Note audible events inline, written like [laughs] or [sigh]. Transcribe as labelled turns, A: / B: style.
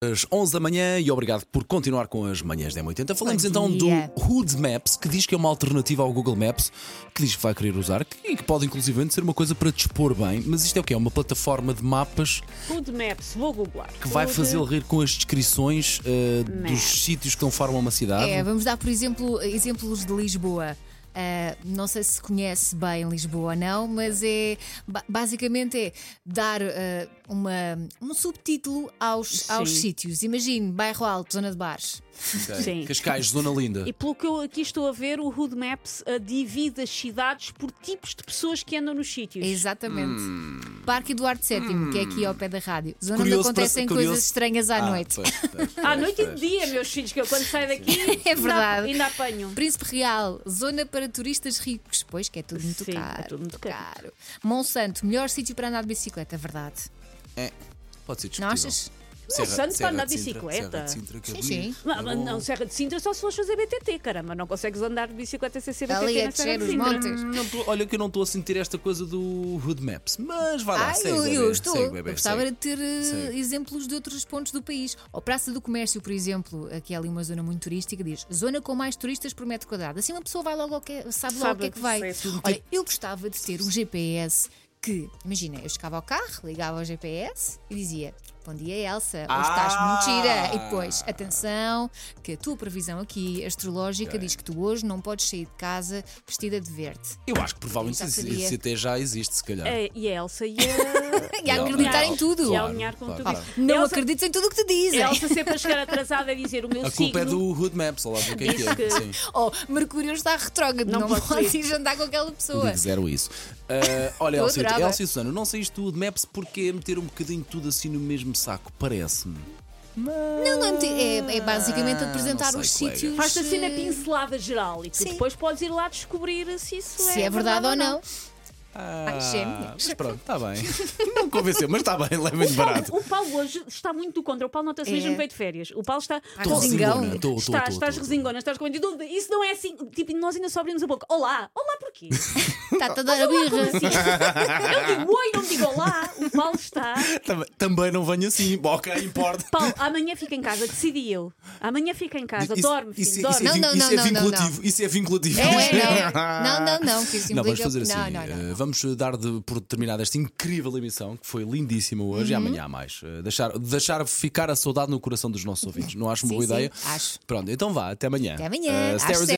A: às 11 da manhã e obrigado por continuar com as manhãs da M80. Falamos
B: Bom
A: então do
B: dia.
A: Hood Maps, que diz que é uma alternativa ao Google Maps, que diz que vai querer usar que- e que pode inclusivamente ser uma coisa para dispor bem. Mas isto é o quê? É uma plataforma de mapas
C: Food Maps, vou googlar.
A: que vai
C: Food
A: fazê-lo rir com as descrições eh,
C: Maps.
A: dos sítios que conformam uma cidade.
B: É, vamos dar, por exemplo, exemplos de Lisboa. Ah, não sei se conhece bem Lisboa ou não, mas é ba- basicamente é dar ah, uma- um subtítulo aos,
C: Sim.
B: aos sítios. Imagine, bairro alto, zona de bares.
A: Ok.
C: Sim.
A: Eh, Cascais, Zona Linda.
C: E pelo que eu aqui estou a ver, o Hood Maps ah, divide as cidades por tipos de pessoas que andam nos sítios.
B: Exatamente. Parque Eduardo VII, que é aqui ao pé da rádio. Zona
A: Hum. Curioso
B: onde
A: para-
B: acontecem
A: curioso-
B: coisas estranhas à
A: Ah,
B: noite.
A: pois, pois,
C: À
A: pois,
C: noite e
A: pois.
C: de dia, meus filhos, que eu quando saio daqui
B: [laughs] É verdade.
C: ainda, ainda apanho.
B: Príncipe Real, zona para turistas ricos, pois que é tudo muito
C: Sim, é
B: caro.
C: tudo muito caro.
B: Monsanto, melhor sítio para andar de bicicleta, é verdade.
A: Pode ser discutível.
B: Não achas?
A: Serra-
C: Santo
A: Serra
C: anda
A: de
C: de
A: Sintra,
C: bicicleta.
A: Serra de Sintra, que é
B: Sim,
A: bonito.
B: sim.
C: Não,
A: É bom.
C: não, Serra de Sintra só se fores fazer BTT, caramba. Não consegues andar de bicicleta sem ser BTT
B: Ali a
C: na
B: descer
C: Serra de
B: os
C: Sintra.
B: montes.
A: Não tô- olha que eu não estou a sentir esta coisa do Hood Maps, mas vá lá,
B: Ah,
A: segue,
B: eu,
A: bebê,
B: eu estou.
A: segue,
B: eu
A: bebê,
B: gostava
A: segue.
B: de ter eh,
A: Segue.
B: exemplos de outros pontos do país. Ou Praça do Comércio, por exemplo, aqui é ali uma zona muito turística, diz zona com mais turistas por metro quadrado. Assim uma pessoa vai logo ao que, é- sabe, logo o
C: Sabe,
B: que é que vai.
C: sei tudo.
B: Olha, eu gostava de ter um GPS que, imagina, eu chegava ao carro, ligava ao GPS e dizia. Bom dia, Elsa. Hoje
A: Ah!
B: estás muito gira. E depois, atenção, que a tua previsão aqui astrológica diz que tu hoje não podes sair de casa vestida de verde.
A: Eu acho que provavelmente
B: Já
A: isso,
B: sabia.
A: isso até já existe, se calhar.
C: É, E a Elsa e
B: [laughs]
C: a.
B: E a acreditar em tudo.
C: E a
A: Claro,
C: alinhar com
A: claro.
C: tudo
A: Ah,
C: isso.
B: Não
C: Elsa,
B: acredites em tudo o que te dizem.
C: Elsa sempre a chegar atrasada a dizer o meu
A: A
C: signo.
A: culpa é do Hood Maps, olha lá o que é que
C: Diz
A: é.
C: que-
A: Sim.
B: [laughs] Oh, Mercúrio está retrógrado,
C: Não
B: não,
C: pode
B: podes ir jantar com aquela pessoa.
A: Digo zero isso. Ah, olha,
B: Eu
A: Elsa,
B: adorava.
A: Elsa e Susana, não sei isto do Maps porque é meter um bocadinho tudo assim no mesmo saco, parece-me.
B: Não, não é, muito- é, é basicamente
A: Ah,
B: apresentar
A: não
B: os
A: sei, colega.
B: sítios.
C: Faz assim na
B: eh,
C: pincelada geral e tu
B: Sim.
C: depois podes ir lá descobrir se isso
B: Se é verdade ou não.
A: Ah,
B: gêmeas.
A: mas pronto, está bem. [laughs] Não me convenceu, mas está bem, leva-lhe barato.
C: O Paulo hoje está muito contra. O Paulo nota-se
B: É.
C: mesmo que veio de férias. O Paulo está.
B: Estou
A: Tô
B: resingão.
A: resingona, tô, tô, tô,
C: estás,
A: tô,
C: estás
A: tô.
C: resingona, estás com dúvida. Isso não é assim. Tipo, nós ainda só abrimos a boca. Olá! Olá
A: [laughs]
C: porquê?
B: Está-te a dar a birra.
C: Eu digo oi, não digo olá. O Paulo está.
A: Também, também não venho assim. Bom, ok, importa.
C: Paulo, amanhã fica em casa, decidi eu. Amanhã fica em casa,
A: Isso-
C: dorme, filho,
A: isso,
C: dorme.
A: Isso, é,
B: Não,
A: vin-
B: não,
A: isso é
B: não, não, não.
A: vinculativo. Isso é vinculativo.
B: É, não. Não, não, não, que
A: [laughs]
B: isso
A: Não, vamos
B: implica-
A: fazer assim.
B: Não, não, não.
A: eh, vamos dar de- por terminada esta incrível emissão, que foi lindíssima hoje e
B: Uhum.
A: amanhã há mais. Eh, Deixar, deixar ficar a saudade no coração dos nossos ouvintes. Não acho uma boa
B: Sim, sim,
A: ideia?
B: acho.
A: Pronto, então vá, até amanhã.
B: Até amanhã,
A: Eh,
B: às
A: Sarah's
B: sete.